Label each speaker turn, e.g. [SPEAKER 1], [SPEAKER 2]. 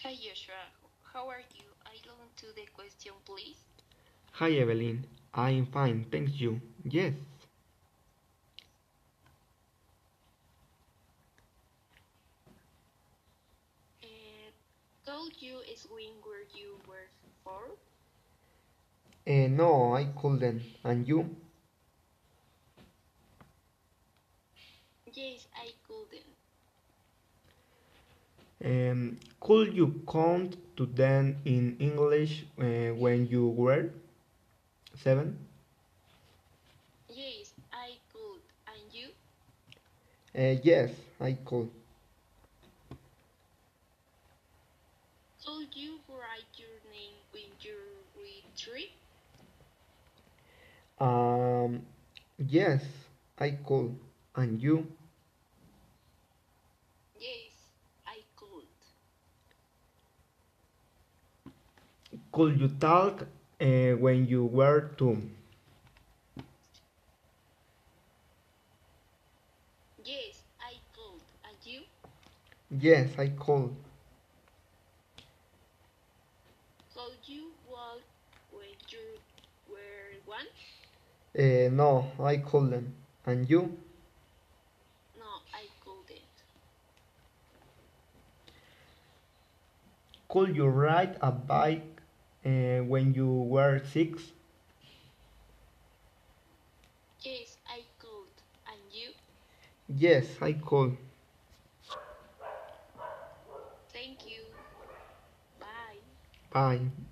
[SPEAKER 1] Hi Joshua, how are you? I learned to the question, please.
[SPEAKER 2] Hi Evelyn, I am fine, thank you. Yes.
[SPEAKER 1] Uh, told you is going where you were before?
[SPEAKER 2] Eh, no, I couldn't. And you?
[SPEAKER 1] Yes, I couldn't.
[SPEAKER 2] Um, could you count to ten in English eh, when you were seven?
[SPEAKER 1] Yes, I could. And you?
[SPEAKER 2] Eh, yes, I could.
[SPEAKER 1] Told you write your name when you read three?
[SPEAKER 2] Um, yes, I could. And you?
[SPEAKER 1] Yes, I could.
[SPEAKER 2] Could you talk eh, when you were two?
[SPEAKER 1] Yes, I could. And you?
[SPEAKER 2] Yes, I could.
[SPEAKER 1] Told you walk when you were one?
[SPEAKER 2] Eh, no, I couldn't. And you?
[SPEAKER 1] No, I couldn't.
[SPEAKER 2] Could you ride a bike eh, when you were six?
[SPEAKER 1] Yes, I could. And you?
[SPEAKER 2] Yes, I could.
[SPEAKER 1] Thank you. Bye.
[SPEAKER 2] Bye.